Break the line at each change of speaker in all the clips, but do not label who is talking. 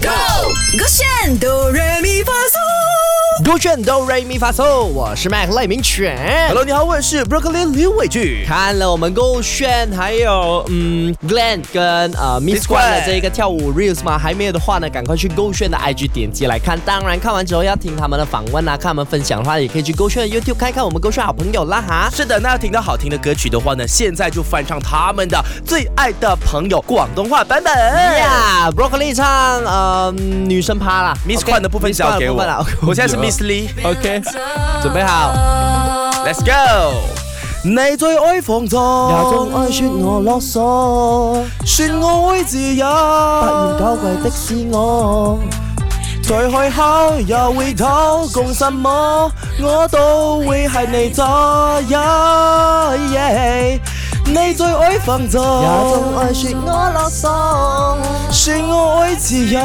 Go！我选哆瑞咪发嗦，
勾选哆瑞咪发嗦，我是麦克赖明犬。
Hello，你好，我是 Broccoli 刘伟俊。
看了我们勾选，还有嗯，Glenn 跟呃 Miss
Miss
Guan 的
Guan
这一个跳舞 reels 吗？还没有的话呢，赶快去勾选的 IG 点击来看。当然，看完之后要听他们的访问啊，看他们分享的话，也可以去勾选的 YouTube 看一看我们勾选好朋友啦哈。
是的，那听到好听的歌曲的话呢，现在就翻唱他们的最爱的朋友广东话版本。
呀、b r o c c o l i 唱呃女生趴啦
Miss
OK，
Kwan 的部分
Miss
交
Guan
给
的部
我
分啦 OK，，
我现在是 Miss Lee。
OK，准备好。
Let's go。你最愛放
也
縱，
仲愛說我啰嗦，
算我愛自
突然
由。
搞怪的是我。
再開口也會討，講什麼我都會係你左右。Yeah 你最愛放縱，
也仲愛說我啰嗦，
算我愛自由。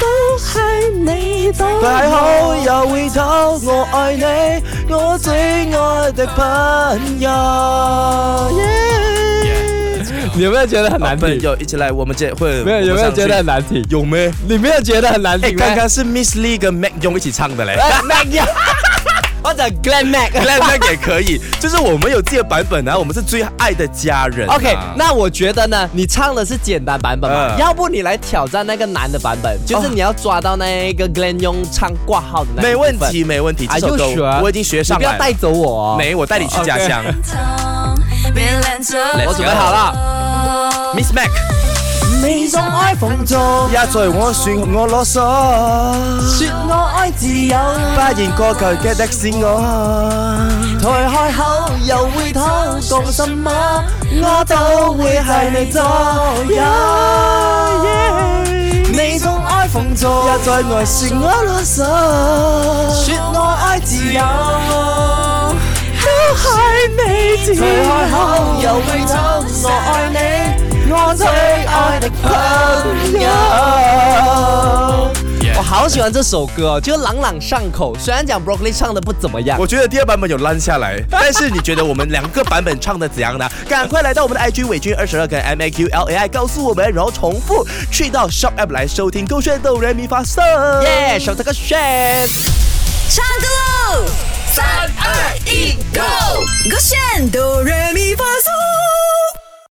都係你懂。
大口也會討，我愛你，我最愛的朋友。Yeah
你有没有觉得很难
朋
听？
友一起来，我们这会
没有有没有觉得很难听？
有没？
你没有觉得很难
哎，
听吗？
刚刚是 Miss Lee 跟 Mac 用一起唱的嘞。
哎 Mac 呀， 或者 Glen Mac。
那那也可以，就是我们有自己的版本啊，我们是最爱的家人啊、
OK，那我觉得呢，你唱的是简单版本
嗯
嘛，
哦
要不你来挑战那个难的版本，就是你要抓到那个 Glen 用唱挂号的那
没
一部分
问题，没问题，这
Are
首
you
歌
sure？
我已经学上
你不
来
要
了。
带走我、哦。
没，我带你去家乡。
别拦着
Let's
我准备好了。
了。
Miss Mac，
你总爱放纵，
也在我算我啰嗦，
说我爱自由，
發現過求嘅的是我，
台开口又会偷，讲什么我都会係你左右。你总爱放纵，
也在我算我啰嗦，
说我愛自由，
都係你自己
台開口又會偷，我愛你，我最愛的朋友。我好喜欢这首歌哦，就朗朗上口。虽然讲 Broccoli 唱的不怎么样，
我觉得第二版本有烂下来， 但是你觉得我们两个版本唱的怎样呢？赶快来到我们的 IG 伟军二十二跟 M A Q L A I 告诉我们，然后重复去到 Shop App 来收听《勾选豆人咪发送》。
耶，手这个炫。
唱歌喽！三二一，Go！我选哆瑞咪发嗦。